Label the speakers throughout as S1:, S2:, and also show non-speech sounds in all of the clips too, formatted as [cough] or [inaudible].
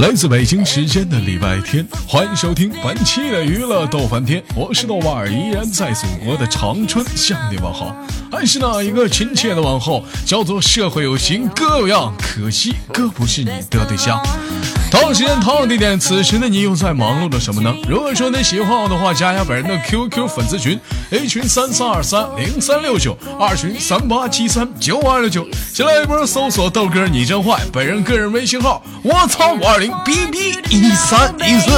S1: 来自北京时间的礼拜天，欢迎收听本期的娱乐逗翻天，我是豆瓣儿，依然在祖国的长春向你问好，还是那一个亲切的问候，叫做社会有型哥有样，可惜哥不是你的对象。同样时间、同样地点，此时的你又在忙碌着什么呢？如果说你喜欢我的话，加一下本人的 QQ 粉丝群，A 群三三二三零三六九，二群三八七三九二六九。新来一波搜索豆哥你真坏，本人个人微信号我操五二零 bb 一三一四。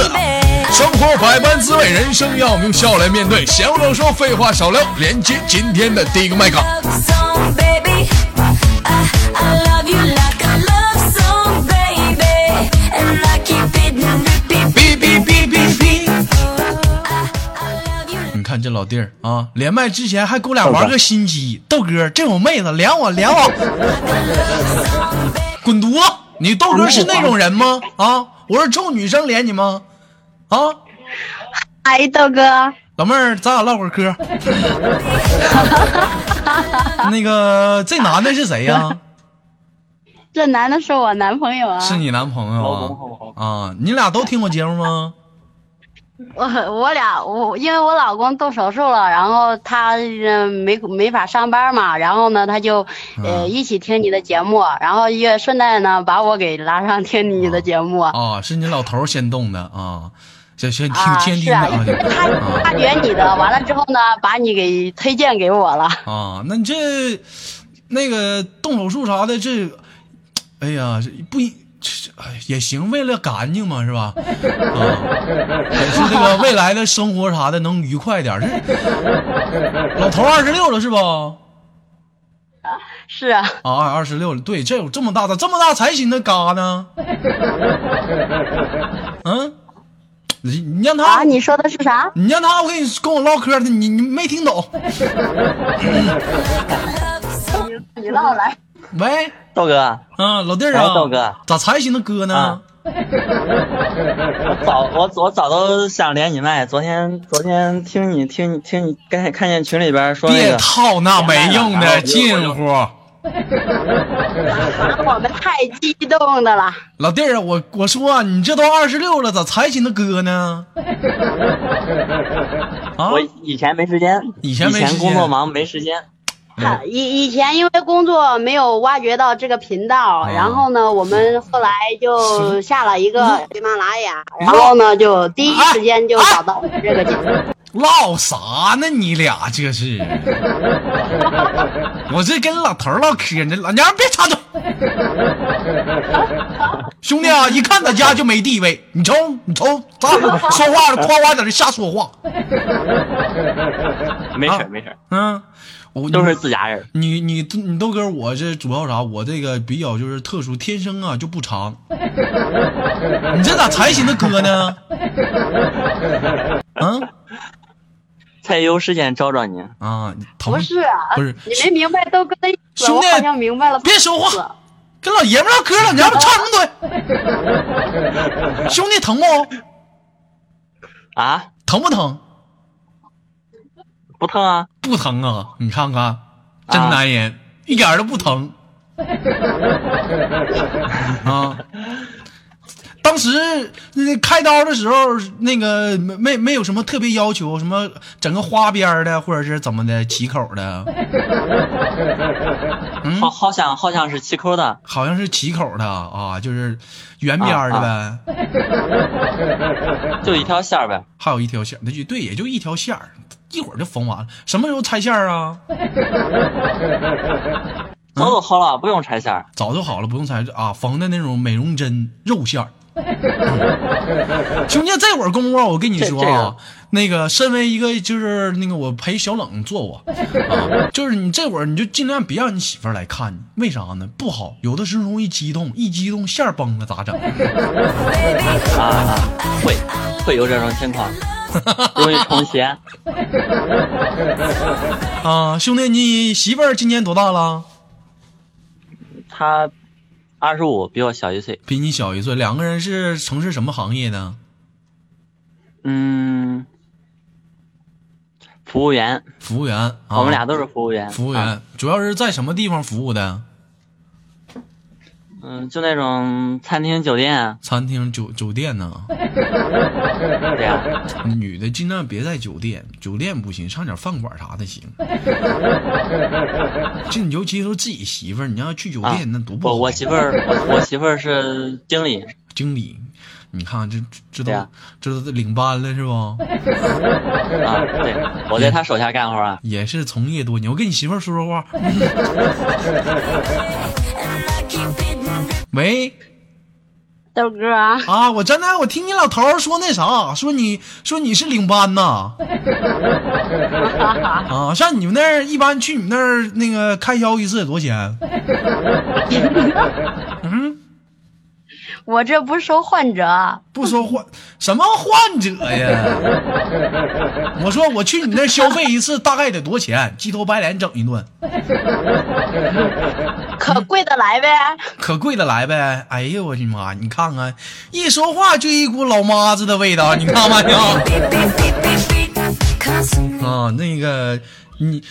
S1: 生活百般滋味，人生要我们用笑来面对。闲话少说，废话少聊，连接今天的第一个麦克。
S2: Uh,
S1: 哔哔哔哔哔。你看这老弟儿啊，连麦之前还跟我俩玩个心机，豆哥这种妹子连我连我，滚犊子！你豆哥是那种人吗？啊，我是冲女生连你吗？啊，
S3: 哎，豆哥，
S1: 老妹儿，咱俩唠会儿 [laughs] 嗑。那个这男的是谁呀、
S3: 这男的是我男朋友啊，
S1: 是你男朋友啊？啊，你俩都听我节目吗？
S3: 我我俩我因为我老公动手术了，然后他呃没没法上班嘛，然后呢他就呃
S1: 嗯
S3: 一起听你的节目，然后也顺带呢把我给拉上听你的节目。
S1: 啊，是你老头儿先动的啊，先先听
S3: 啊，
S1: 先听
S3: 是
S1: 的
S3: 啊，
S1: 啊
S3: 因为他
S1: 啊
S3: 他约你的，完了之后呢，把你给推荐给我了。 [laughs]
S1: 啊，那你这那个动手术啥的，这，哎呀，这不一，这哎也行，为了干净嘛，是吧？啊，也是这个未来的生活啥的能愉快点儿。这老头二十六了是不？
S3: 是啊，
S1: 啊，二二十六了，对，这有这么大的，这么大才寻思嘎呢？ [laughs] 嗯，你你让他
S3: 啊，你说的是啥？
S1: 你让他我跟你跟我唠嗑，你你没听懂？
S3: 你唠来。
S1: 喂，
S4: 豆哥，
S1: 啊，老弟儿
S4: 哎
S1: 啊，
S4: 豆哥
S1: 咋才寻思哥呢？
S4: 啊我早我我早都想连你麦，昨天昨天听你听你听你刚才看见群里边说那
S1: 别
S4: 个，
S1: 套那没用的近乎。
S3: 我们太激动的了，
S1: 老弟儿啊，我我说啊、你这都二十六了，咋才寻思哥呢？啊
S4: 我，以前没时间，
S1: 以前没时间
S4: 工作忙没时间，
S1: 嗯
S3: 以以前因为工作没有挖掘到这个频道，
S1: 啊
S3: 然后呢，我们后来就下了一
S1: 嗯
S3: 个喜马拉雅，然后呢，就第一时间就找到我们这个节
S1: 啊
S3: 目。
S1: 唠啥呢？你俩这是？ [laughs] 我这跟老头儿唠嗑呢，老娘们别插嘴。兄弟啊，一看他家就没地位，你瞅你瞅，咋说话呢？夸夸在这瞎说话。
S4: 没事
S1: 啊
S4: 儿没事儿，
S1: 嗯，我
S4: 都是自家人。
S1: 你你你豆哥，我这主要啥？我这个比较就是特殊，天生啊就不长。你这咋才寻思哥呢？嗯
S4: 蔡优事件招招你，
S1: 啊，你疼
S3: 不是啊，
S1: 不是
S3: 你没明白豆哥的意思，
S1: 兄
S3: 我
S1: 弟
S3: 好像明白了。
S1: 别说话，跟老爷们唠嗑了，你要不插什么嘴？兄弟疼不？
S4: 啊，
S1: 疼不疼？
S4: 不疼啊？
S1: 不疼啊！你看看，真男人、一点儿都不疼。啊，当时那开刀的时候，那个没没没有什么特别要求，什么整个花边儿的，或者是怎么的起口的，嗯
S4: 好好像好像是气抠的，
S1: 好像是起口的啊，就是圆边儿的呗，
S4: 就一条线儿呗。
S1: 还有一条线儿，那就对，也就一条线儿，一会儿就缝完了。什么时候拆线儿啊？嗯
S4: 早都好了，不用拆线儿。
S1: 早就好了，不用裁啊，缝的那种美容针肉馅
S4: [laughs]
S1: 儿。兄弟，这会儿功夫啊我跟你说
S4: 这这
S1: 啊
S4: 样，
S1: 那个身为一个就是那个我陪小冷做过，
S4: [laughs]
S1: 啊，就是你这会儿你就尽量别让你媳妇儿来看你，为啥呢？不好，有的时候容易激动，一激动线儿崩了咋整？
S4: [laughs] 啊啊，会会有这种
S1: [laughs]
S4: 情况，容易重邪。
S1: 啊，兄弟，你媳妇儿今年多大了？
S4: 他二十五，比我小一岁。
S1: 比你小一岁，两个人是从事什么行业的？
S4: 嗯，服务员，
S1: 服务员。啊、
S4: 我们俩都是服务员。
S1: 服务员、
S4: 啊
S1: 主要是在什么地方服务的？
S4: 嗯，就那种餐厅、酒店。啊
S1: 餐厅、酒酒店呢？
S4: 对呀，
S1: 女的尽量别在酒店，酒店不行，上点饭馆啥的行。 [laughs] 就你尤其是自己媳妇儿，你要去酒
S4: 啊
S1: 店、那多，不好。
S4: 我我媳妇儿，我我媳妇儿是经理，
S1: 经理，你看这这
S4: 对
S1: 都
S4: 啊
S1: 这都领班了是吧？
S4: 啊，对，我在他手下干活啊。
S1: 也是从业多年。我跟你媳妇儿说说话。喂
S3: 豆哥啊，
S1: 啊，我真的我听你老头儿说那啥，说你说你是领班呐。 [laughs] 啊，上你们那儿一般去你们那儿那个开销一次多少钱？
S3: 我这不是收患者，
S1: 不说患什么患者 [laughs] 呀？我说我去你那儿消费一次大概得多少钱？鸡头白脸整一顿。嗯
S3: 可贵得来呗。 [laughs]
S1: 可贵的来呗！哎呦我的妈！你看看，一说话就一股老妈子的味道，你看看你啊， [laughs] 啊那个你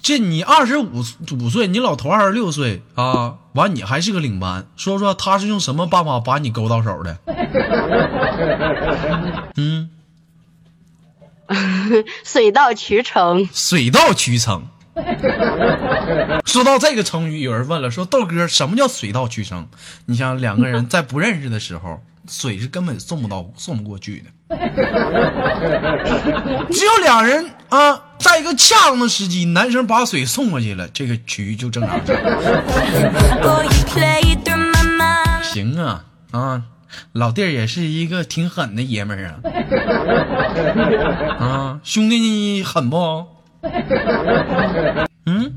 S1: 这你二十五五岁，你老头二十六岁啊，完你还是个领班，说说他是用什么办法把你勾到手的？嗯，
S3: 水到渠成，
S1: 水到渠成。说到这个成语，有人问了，说豆哥什么叫水到渠成？你想两个人在不认识的时候，水是根本送不到、送不过去的。只有两人啊，在一个恰当的时机，男生把水送过去了，这个局就正常了。行啊啊，老弟儿也是一个挺狠的爷们儿
S4: [laughs]
S1: 啊啊，兄弟你狠不？嗯，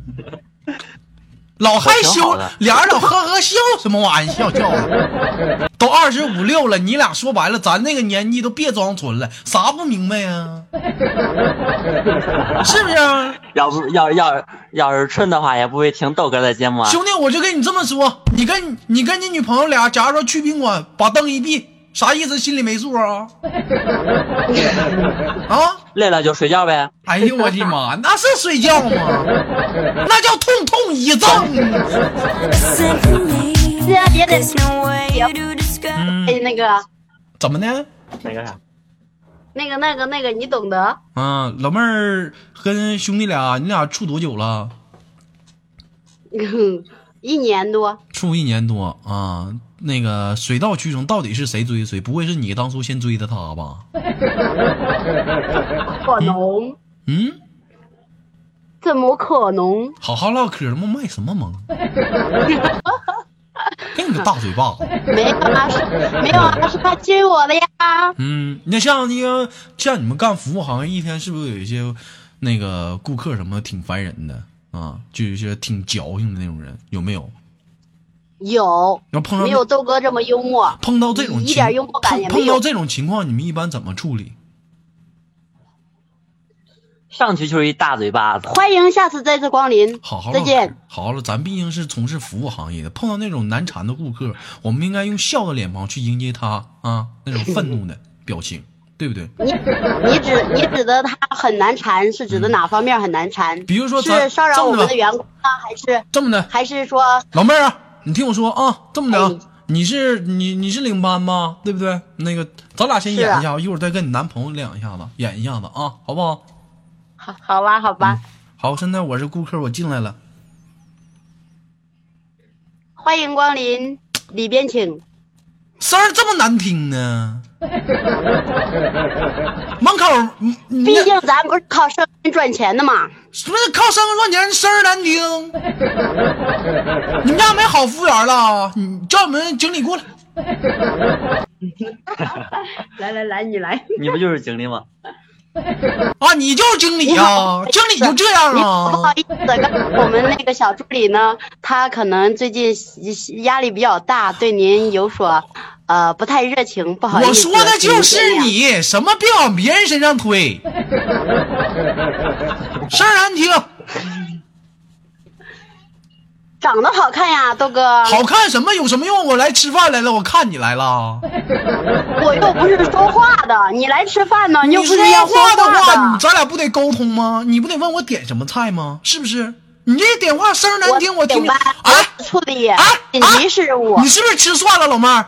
S1: 老害羞
S4: 好
S1: 了
S4: 的，
S1: 俩人老呵呵笑什么玩意儿？笑笑的，都二十五六了，你俩说白了，咱那个年纪都别装纯了，啥不明白呀、是不是啊？
S4: 要不要要要是春的话，也不会听豆哥的节目啊。
S1: 兄弟，我就跟你这么说，你跟你跟你女朋友俩，假如说去宾馆，把灯一闭，啥意思？心里没数啊？啊？
S4: 累了就睡觉呗。
S1: 哎呦我的妈，那是睡觉吗？那叫痛痛一阵。嗯
S3: 哎，那个
S1: 怎么的？
S4: 那个啥，
S3: 那个那个那个，你懂得。
S1: 啊，老妹儿跟兄弟俩，你俩处多久了？
S3: 嗯，一年多，
S1: 处一年多啊。那个水到渠成，到底是谁追的谁？不会是你当初先追的他吧？
S3: 可能？
S1: 嗯，
S3: 怎么可能？
S1: 好好唠嗑，他妈卖什么萌？ [laughs] 给你个大嘴巴
S3: [laughs]
S1: 子！
S3: 没有啊，是没有啊，是他亲我的呀。
S1: 嗯，那像那个像你们干服务行业，一天是不是有一些那个顾客什么挺烦人的啊？就有一些挺矫情的那种人，有没有？
S3: 有，
S1: 要碰上
S3: 没
S1: 那
S3: 有豆哥这么幽默。
S1: 碰到这种
S3: 一
S1: 情
S3: 点幽默感也
S1: 碰
S3: 没
S1: 碰到
S3: 有，
S1: 这种情况，你们一般怎么处理？
S4: 上去就是一大嘴巴子。
S3: 欢迎下次再次光临。
S1: 好好
S3: 再
S1: 唠
S3: 见
S1: 嗑。好好了，咱毕竟是从事服务行业的，碰到那种难缠的顾客，我们应该用笑的脸庞去迎接他啊，那种愤怒的表情，对不
S3: [laughs]
S1: 对？
S3: 你你指你指的他很难缠，是指的哪方面很难缠？
S1: 嗯比如说咱
S3: 是骚扰我
S1: 这么
S3: 们
S1: 着
S3: 的员工呢，还是
S1: 这么的，
S3: 还是说
S1: 老妹儿啊，你听我说啊，这么的啊
S3: 哎，
S1: 你是你你是领班吗？对不对？那个，咱俩先
S3: 是
S1: 演
S3: 啊
S1: 一下，一会儿再跟你男朋友亮一下子，演一下子啊，好不好？
S3: 好好吧好吧？
S1: 好，现在我是顾客，我进来了。
S3: 欢迎光临，里边请。
S1: 声儿这么难听呢？门口，嗯你
S3: 毕竟咱不是靠声音赚钱的嘛。
S1: 什么靠声赚钱，声儿难听。你们家没好服务员了？你叫你们经理过来。
S3: 来来来，你来，
S4: 你不就是经理吗？
S1: 啊，你就是经理啊？经理就这样
S3: 你不好
S1: 啊？
S3: 意思，刚才我们那个小助理呢，他可能最近压力比较大，对您有所呃不太热情，啊不好意思。
S1: 我说的就
S3: 请
S1: 是
S3: 见谅。
S1: 你，什么别往别人身上
S3: [laughs]
S1: 推，声儿难听，
S3: 长得好看呀，豆哥。
S1: 好看什么有什么用？我来吃饭来了，我看你来了。
S3: 我又不是说话的，你来吃饭呢，你又
S1: 你
S3: 不
S1: 说
S3: 是要
S1: 话
S3: 话
S1: 话，你
S3: 的。
S1: 咱俩不得沟通吗？你不得问我点什么菜吗？是不是？你这电话声儿难听，我听
S3: 顶
S1: 听。
S3: 班
S1: 哎，
S3: 处理
S1: 啊
S3: 紧
S1: 啊
S3: 急事务。
S1: 你是不是吃蒜了，老妹儿？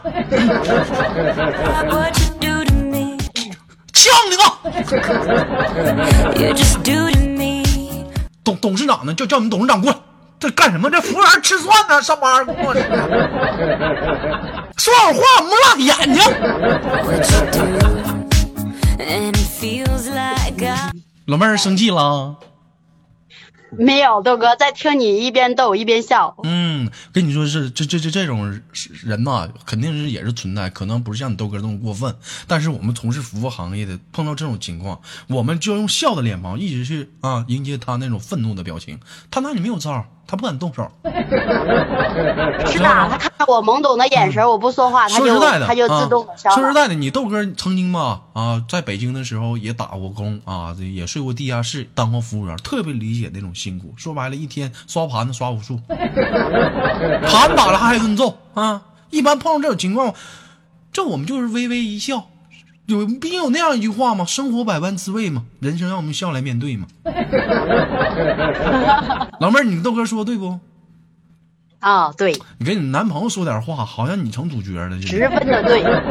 S2: What you do to me,
S1: 呛你个！
S2: you just do to me.
S1: 董董事长呢？叫叫你们董事长过来。这干什么？这服务员吃蒜呢？上班儿给我
S3: [laughs]
S1: 说好话，摸辣眼睛。
S2: What you do, and it feels like I
S1: 老妹儿生气了？啊
S3: 没有，豆哥在听你一边逗一边笑。
S1: 嗯，跟你说是这这这这种人呐、肯定是也是存在，可能不是像你豆哥那么过分，但是我们从事服务行业的，碰到这种情况，我们就用笑的脸庞一直去啊迎接他那种愤怒的表情。他那里没有招儿，他不敢动手。
S3: 是的，他看着我懵懂的眼神，我不说话，他
S1: 嗯说实
S3: 就
S1: 在的，
S3: 他就自动
S1: 啊
S3: 的消
S1: 说实
S3: 了。
S1: 在的，你豆哥曾经吧啊，在北京的时候也打过工啊，这也睡过地下室，当过服务员，特别理解那种辛苦。说白了，一天刷盘子刷无数，盘打了还挨顿揍啊。一般碰到这种情况，这我们就是微微一笑。有，毕竟有那样一句话嘛，生活百般滋味嘛，人生让我们笑来面对嘛。老妹儿，你豆哥说的对不？
S3: 啊，对，
S1: 你跟你男朋友说点话，好像你成主角了似
S3: 十
S1: 的。
S3: 分的对。哎，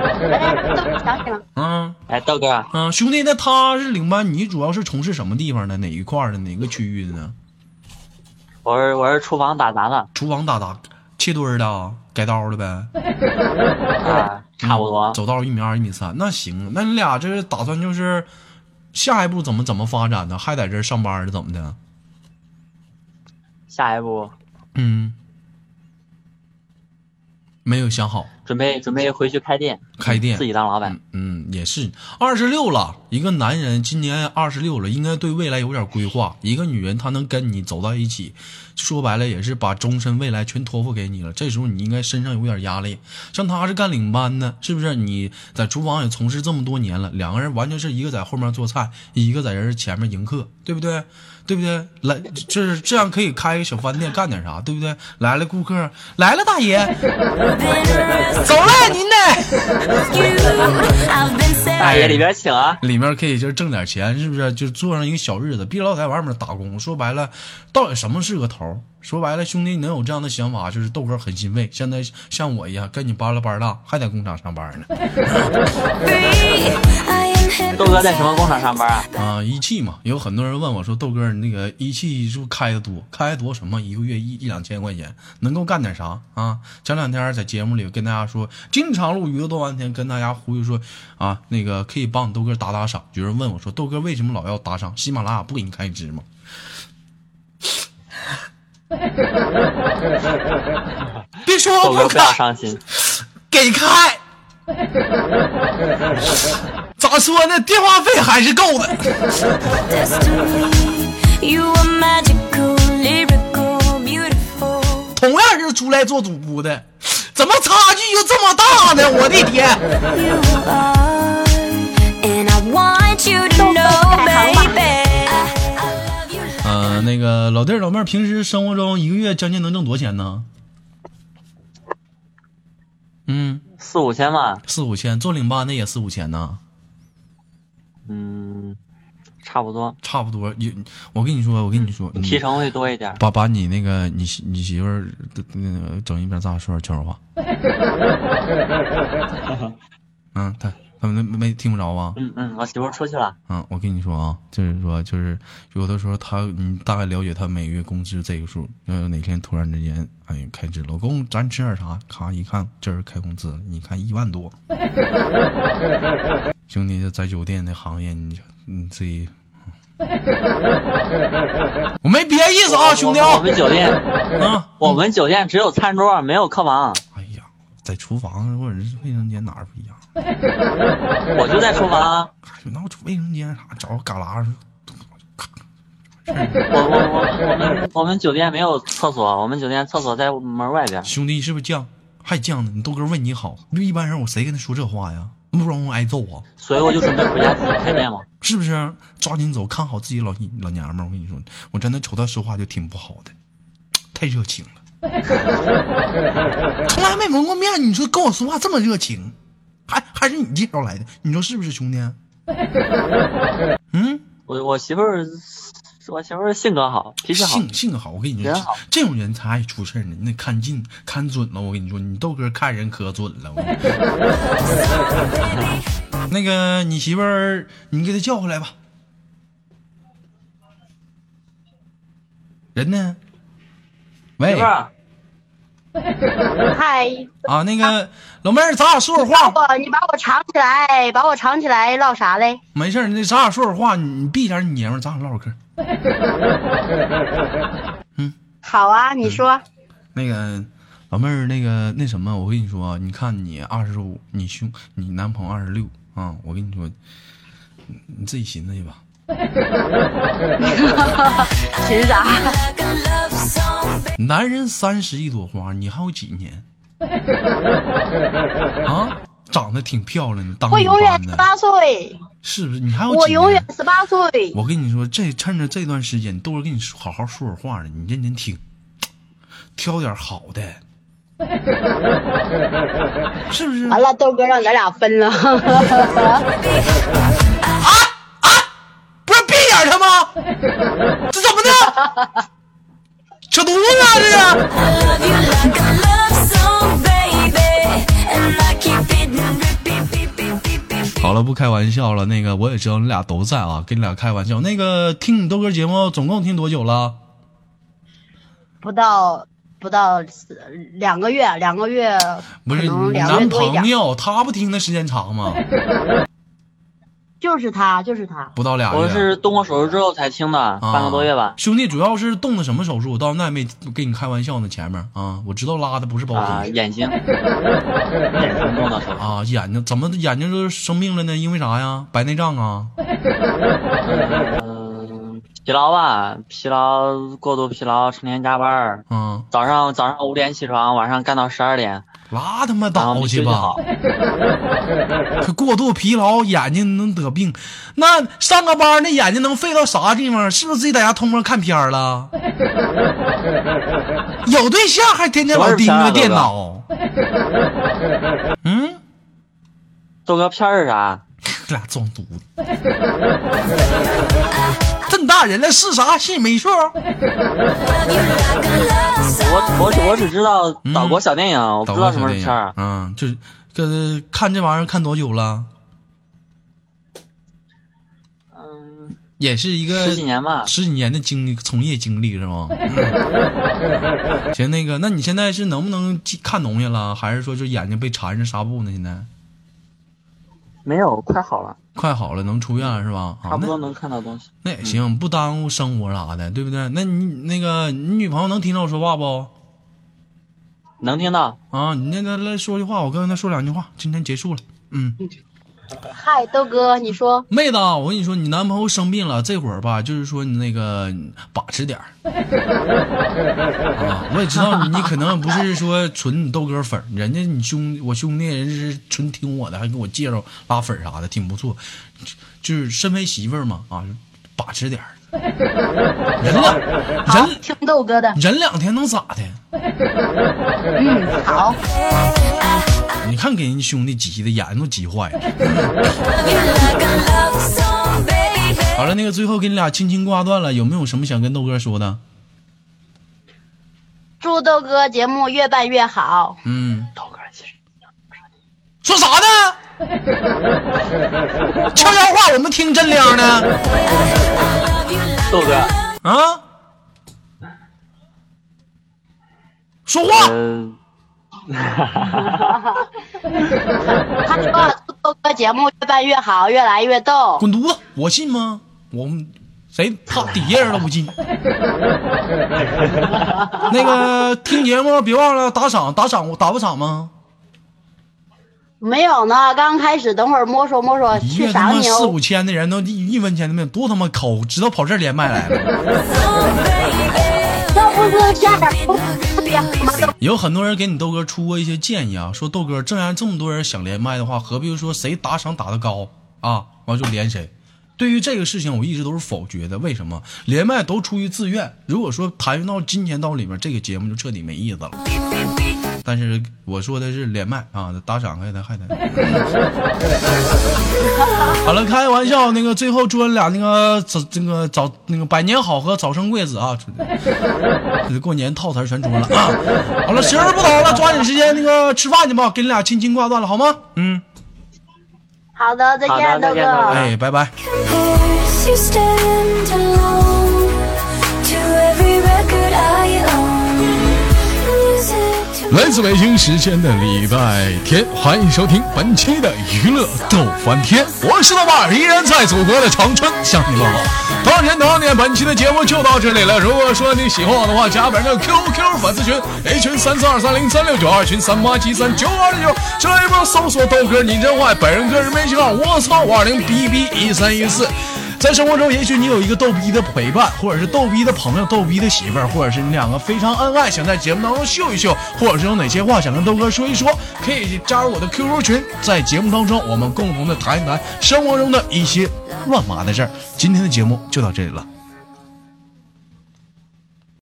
S3: 豆哥想起了，
S1: 啊，
S4: 哎，豆哥，
S1: 啊，兄弟，那他是领班，你主要是从事什么地方的？哪一块儿的？哪个区域的呢？
S4: 我是我是厨房打杂的
S1: 厨房打杂，切墩儿的啊，改刀的呗，
S4: 啊，差不多
S1: 嗯。走道一米二、一米三，那行。那你俩这是打算就是下一步怎么怎么发展呢？还在这儿上班儿的怎么的？
S4: 下一步
S1: 嗯，没有想好
S4: 准备准备回去开店，
S1: 开店
S4: 自。己当老板
S1: 嗯。嗯，也是，二十六了，一个男人今年二十六了，应该对未来有点规划。一个女人她能跟你走到一起，说白了也是把终身未来全托付给你了。这时候你应该身上有点压力，像她是干领班的，是不是？你在厨房也从事这么多年了，两个人完全是一个在后面做菜，一个在人前面迎客，对不对？对不对？来，这是这样可以开个小饭店，干点啥，对不对？来了顾客，来了大爷，
S2: I've been around
S1: 走了您呢。
S2: you. I've been
S4: 大
S2: sad.
S4: 爷里边请啊！
S1: 里面可以就是挣点钱，是不是？就做上一个小日子，别老在外面打工。说白了，到底什么是个头儿？说白了，兄弟，你能有这样的想法，就是豆哥很欣慰。现在像我一样，跟你巴拉巴拉，还在工厂上班呢，
S2: I am
S4: 豆
S2: happy.
S4: 哥在什么工厂上班啊？
S1: 啊，一汽嘛，有很多人问我说，豆哥，你那个一汽是不是开的多？开的多什么？一个月一一两千块钱，能够干点啥啊？前两天在节目里跟大家说，经常录娱乐多半天，跟大家呼吁说啊，那个可以帮你豆哥打打赏。有人问我说，豆哥为什么老要打赏？喜马拉雅不给你开支吗？ [laughs] 别说
S4: 豆
S1: 我
S4: 哥
S1: 不
S4: 不要
S1: 开，
S4: 伤心，
S1: 给开。 [laughs] 咋说呢？电话费还是够的。
S2: Destiny, you are magical, lyrical, beautiful.
S1: 同样是出来做主播的，怎么差距就这么大呢？我的天！
S2: You are, and I want you to know, baby. I- I love you.
S1: 呃，那个老弟儿老妹儿，平时生活中一个月将近能挣多少钱呢？嗯，
S4: 四五千吧，
S1: 四五千，做领班的也四五千呢，
S4: 嗯，差不多，
S1: 差不多。有，我跟你说，我跟你说，
S4: 提
S1: 你
S4: 成会多一点。
S1: 把把你那个你媳你媳妇儿的那个整一边咋说点悄悄
S4: [laughs]
S1: 话？嗯，他他们没没听不着吧？
S4: 嗯嗯，我媳妇儿出去了，
S1: 啊，我跟你说啊，就是说，就是有的时候他，你大概了解他每个月工资这个数，呃，哪天突然之间，哎，开支，老公，咱吃点啥？咔一看，这人开工资了，你看一万多，兄弟，这在酒店那行业，你你自己，我没别的意思啊，兄弟
S4: 我
S1: 啊
S4: 们酒店，
S1: 啊，
S4: 我们酒店只有餐桌，没有客房，
S1: 哎呀，在厨房或者是卫生间哪儿不一样？
S4: 我就在厨房。
S1: 哎那我卫生间啥，找个旮旯，咔
S4: 我我我我们我们酒店没有厕所，我们酒店厕所在门外边。
S1: 兄弟是不是犟？还犟呢？你豆哥问你好，不一般人我谁跟他说这话呀？不然我挨揍啊！
S4: 所以我就准备回家自己开店嘛。
S1: 是不是？抓紧走，看好自己老老娘们儿。我跟你说，我真的瞅她说话就挺不好的，太热情了， [laughs] 从来没蒙过面。你说跟我说话这么热情，还还是你介绍来的？你说是不是，兄弟？嗯，
S4: 我我媳妇儿我媳妇儿性格好，脾气好，
S1: 性性格好，我跟你说
S4: 人好，
S1: 这种人他爱出事儿呢，你得看近看准了。我跟你说，你豆哥看人可准了。我跟你
S4: [laughs]
S1: 说那个你媳妇儿，你给她叫回来吧。人呢？喂
S4: 媳妇儿，
S3: 嗨，
S1: 啊，那个老妹儿，咱俩说会儿话。
S3: 我你把我藏起来，把我藏起来，唠啥嘞？
S1: 没事儿，那咱俩说会儿话，你你闭上你娘们儿，咱俩唠会儿嗑。
S3: 好啊，你说，
S1: 嗯那个老妹儿，那个那什么，我跟你说啊，你看你二十五，你兄你男朋友二十六啊，我跟你说，你你自己寻思去吧。
S3: 寻啥？
S2: Like a love song, baby.
S1: 男人三十一朵花，你还有几年？啊，长得挺漂亮的，当
S3: 我
S1: 女
S3: 永远
S1: 班
S3: 十
S1: 的，
S3: 八岁，
S1: 是不是？你还有几
S3: 我永远
S1: 年？
S3: 十八岁。
S1: 我跟你说，这趁着这段时间，豆儿跟你说好好说会儿话呢，你认真听，挑点好的， [laughs] 是不是？
S3: 完了，豆哥让咱俩分了。 [laughs]
S1: 不是闭眼他吗？
S4: [laughs]
S1: 这怎么的？扯犊子啊！这
S2: I love
S1: 是
S2: you like a love song, baby. And I keep it and repeat, beep, beep, beep, beep, beep.
S1: 好了，不开玩笑了。那个我也知道你俩都在啊，跟你俩开玩笑。那个听你豆哥节目总共听多久了？
S3: 不到不到两个月，两个月
S1: 不
S3: 可
S1: 是
S3: 能
S1: 你
S3: 两个月
S1: 男
S3: 多一
S1: 朋
S3: 点，
S1: 友，他不听的时间长吗？
S3: 就是他，就是他。
S1: [laughs] 不到俩月。
S4: 我是动过手术之后才听的，
S1: 啊
S4: 半个多月吧。
S1: 兄弟，主要是动的什么手术？我到现在没跟你开玩笑呢。前面啊，我知道拉的不是包
S4: 啊，
S1: 皮
S4: 眼睛， [laughs] 眼睛动的手术，
S1: 啊，眼睛怎么眼睛就生病了呢？因为啥呀？白内障啊？
S4: 嗯，疲劳吧，疲劳，过度疲劳，成天加班儿，
S1: 啊，
S4: 早上早上五点起床，晚上干到十二点，
S1: 拉他妈
S4: 然
S1: 倒
S4: 后啊没
S1: 去
S4: 休息
S1: 吧！
S4: 好。 [laughs]
S1: 可过度疲劳，眼睛能得病。那上个班儿那眼睛能废到啥地方？是不是自己在家偷摸看片儿
S4: [laughs]
S1: 了？有对象还天天老盯着电脑？嗯，
S4: 豆哥片儿啊是啥？
S1: 这俩装犊子！这么大人了，是啥是没错。
S2: Love you like a love song,
S4: 我我只我只知道
S1: 嗯
S4: 岛国小电影，我不知道什么是片儿。啊
S1: 嗯，就是这看这玩意儿看多久了？
S4: 嗯，
S1: 也是一个
S4: 十几年吧。
S1: 十几年的经历，从业经历是
S4: [laughs]
S1: 吗？行，那个，那你现在是能不能记看东西了，还是说就眼睛被缠上纱布呢？现在
S4: 没有，快好了，
S1: 快好了，能出院是吧？
S4: 差
S1: 啊，
S4: 不多
S1: 那
S4: 能看到东西。
S1: 那也行，不耽误生活啥的，对不对？那你那个你女朋友能听到我说话不？
S4: 能听到。
S1: 啊，你那个来说句话，我跟她说两句话，今天结束了。嗯，
S3: 嗨，豆哥，你说
S1: 妹子啊，我跟你说，你男朋友生病了，这会儿吧，就是说你那个把持
S3: [laughs]
S1: 点儿。啊，我也知道你可能不是说纯你豆哥粉儿，人家你兄我兄弟人是纯听我的，还给我介绍拉粉儿啥的，挺不错。就是身为媳妇儿嘛，啊，把持点儿。
S3: [laughs]
S1: 人
S3: 好
S1: 两人，
S3: 听豆哥的。
S1: 人两天能咋的？
S3: 嗯，好。
S1: 你看给人兄弟急的眼都急坏了。
S2: love you like a love song, baby.
S1: 好了，那个最后给你俩轻轻挂断了，有没有什么想跟豆哥说的？
S3: 祝豆哥节目越办越好。
S1: 嗯。
S4: 豆哥其实
S1: 说啥呢？悄悄话我们听真亮呢。
S4: 豆哥，
S1: 啊，说话，
S4: [laughs] 嗯，
S3: [laughs] 他说祝豆哥节目越办越好，越来越逗。
S1: 滚犊子！我信吗？我们谁他底下人都不信。那个听节目别忘了打赏，打赏打不赏吗？
S3: 没有呢，刚开始，等会儿摸索摸索
S1: 一
S3: 去
S1: 月他
S3: 赏
S1: 妈
S3: 你
S1: 四
S3: 哦。
S1: 五千的人都一一分钱都没有，多他妈抠，知道跑这儿连麦来了。
S3: 要不是下点功夫，别么都
S1: 有很多人给你豆哥出过一些建议啊，说豆哥，既然这么多人想连麦的话，何必说谁打赏打得高啊，完就连谁？
S5: 对于这个事情，我一直都是否决的。为什么？连麦都出于自愿。如果说谈论到金钱道里面，这个节目就彻底没意思了。但是我说的是连麦啊，打赏还得还得。好了，开玩笑，那个最后祝俺俩那个早那个早那个百年好合，早生贵子啊！呃过年套词儿全出了啊！ [laughs] 好了，时儿不早了，抓紧时间那个吃饭去吧，给你俩亲亲挂断了好吗？嗯，
S3: 好的，再
S4: 好的
S3: 见，豆
S4: 再见豆
S3: 哥
S4: 哥。
S5: 哎，拜拜。
S2: Compares you stand alone to every record I own. Music to
S1: 来自北京时间的礼拜天，欢迎收听本期的娱乐逗翻天，我是豆瓣儿，依然在祖国的长春向你问好。同样时间同样点，本期的节目就到这里了。如果说你喜欢我的话，加本人的 QQ 粉丝群，A 群三四二三零三六九，二群三八七三九二九，这一波搜索豆哥你真坏，本人个人微信号我操五二零 bb 一三一四。在生活中，也许你有一个逗逼的陪伴，或者是逗逼的朋友、逗逼的媳妇儿，或者是你两个非常恩爱，想在节目当中秀一秀，或者是有哪些话想跟豆哥说一说，可以加入我的 QQ 群，在节目当中我们共同的谈一谈生活中的一些乱麻的事儿。今天的节目就到这里了，